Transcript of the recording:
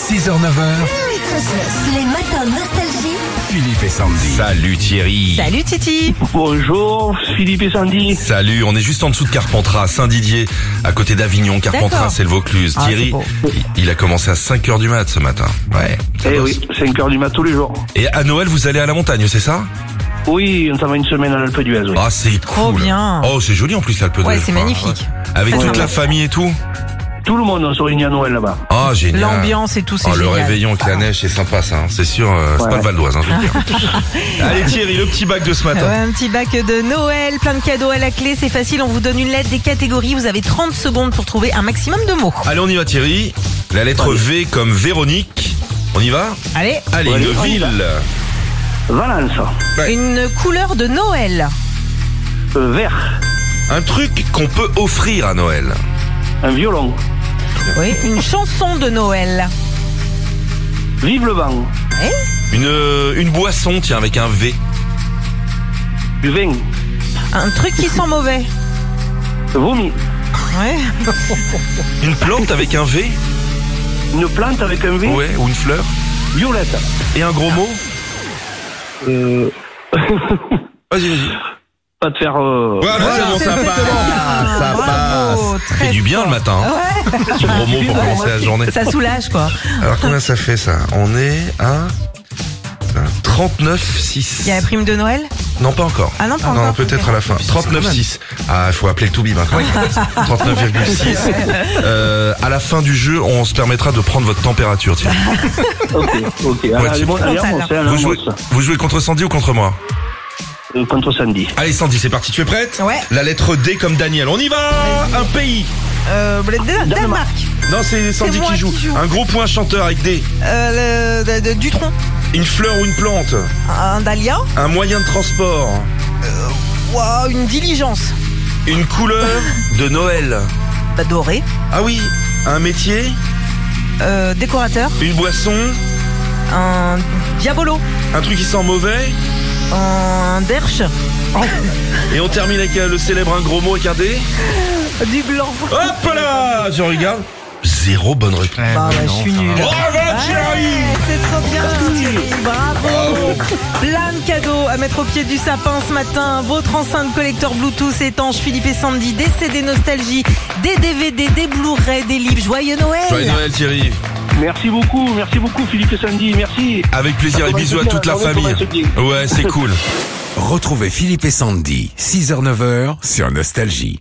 6h-9h, Les matins nostalgie. Philippe et Sandy. Salut Thierry. Salut Titi Bonjour, Philippe et Sandy. Salut, on est juste en dessous de Carpentras, Saint-Didier, à côté d'Avignon. Carpentras, D'accord. c'est le Vaucluse. Ah, c'est Thierry, beau. il- il a commencé à 5h du mat ce matin. Ouais. ça Eh bosse. oui, 5 heures du mat tous les jours. Et à Noël, vous allez à la montagne, c'est ça Oui, on s'en va une semaine à l'Alpe d'Huez, oui. Ah, c'est Trop cool. bien. Oh, c'est joli en plus l'Alpe Ouais, d'Huez, je c'est crois. magnifique. Ouais. Avec Très toute la sympa. famille et tout Tout le monde, on se réunit à Noël là-bas. Ah, génial. L'ambiance et tout, c'est Oh, le génial. Ah. réveillon avec la neige, c'est sympa ça, hein. c'est sûr, euh, c'est pas Ouais, le ouais. Val d'Oise, hein, je veux dire. Allez Thierry, le petit bac de ce Ouais, matin. un petit bac de Noël, plein de cadeaux à la clé, c'est facile, on vous donne une lettre des catégories, vous avez 30 secondes pour trouver un maximum de mots. Allez, on y va Thierry. La lettre V comme Véronique. On y va Allez, Allez, Ouais, une on y va. ville. Valence, Ouais. une couleur de Noël, euh, vert, Un truc qu'on peut offrir à Noël. un violon. oui. une chanson de Noël, Vive le vent, Une, euh, une boisson, tiens, avec un V. du vin, un truc qui sent mauvais, vomi, ouais. Une plante avec un V une plante avec un V, Ouais, ou une fleur. violette. Et un gros mot Euh, Vas-y, vas-y. pas de faire... euh, Voilà, c'est bon, ça passe. Ça Bravo, passe. très Fait du bien le matin, hein, Ouais, ce gros mot pour commencer la journée. ça soulage quoi. Alors, combien ça fait ça On est à. 39,6. Il y a la prime de Noël Non, pas encore. Ah non, pas encore, peut-être ok. à la fin. 39,6. Ah, il faut appeler le Toubib maintenant. 39,6. Euh, à la fin du jeu, on se permettra de prendre votre température, tiens. Ok, ok. Ouais, Alors, tu- bon, d'ailleurs, on s'est à Vous jouez, l'amorce, vous jouez contre Sandy ou contre moi euh, contre Sandy. Allez Sandy, c'est parti, tu es prête Ouais. La lettre D comme Daniel, on y va Un pays Euh, Danemark, Non, c'est Sandy moi qui qui joue. joue. Un gros point chanteur avec D. euh, le- de- de- Dutronc, Une fleur ou une plante. un dahlia, Un moyen de transport. Ouah, une diligence, Une couleur de Noël. bah, doré, Ah oui, un métier. euh, décorateur, Une boisson. un diabolo, Un truc qui sent mauvais. un derche, Oh. Et on termine avec euh, le célèbre un gros mot avec un D. du blanc. Hop là Je regarde. Zéro bonne réponse. Bah, bah, je suis nul. Bravo Oh, Thierry C'est trop bien, Thierry, bravo Oh. Plein de cadeaux à mettre au pied du sapin ce matin. Votre enceinte collecteur Bluetooth étanche Philippe et Sandy, des CD Nostalgie, des DVD, des Blu-ray, des livres. Joyeux Noël Joyeux Noël Thierry Merci beaucoup, merci beaucoup Philippe et Sandy, merci. Avec plaisir et commence bisous à bien, toute la ça commence famille. bien. Ouais, c'est cool. Retrouvez Philippe et Sandy, 6h-9h sur Nostalgie.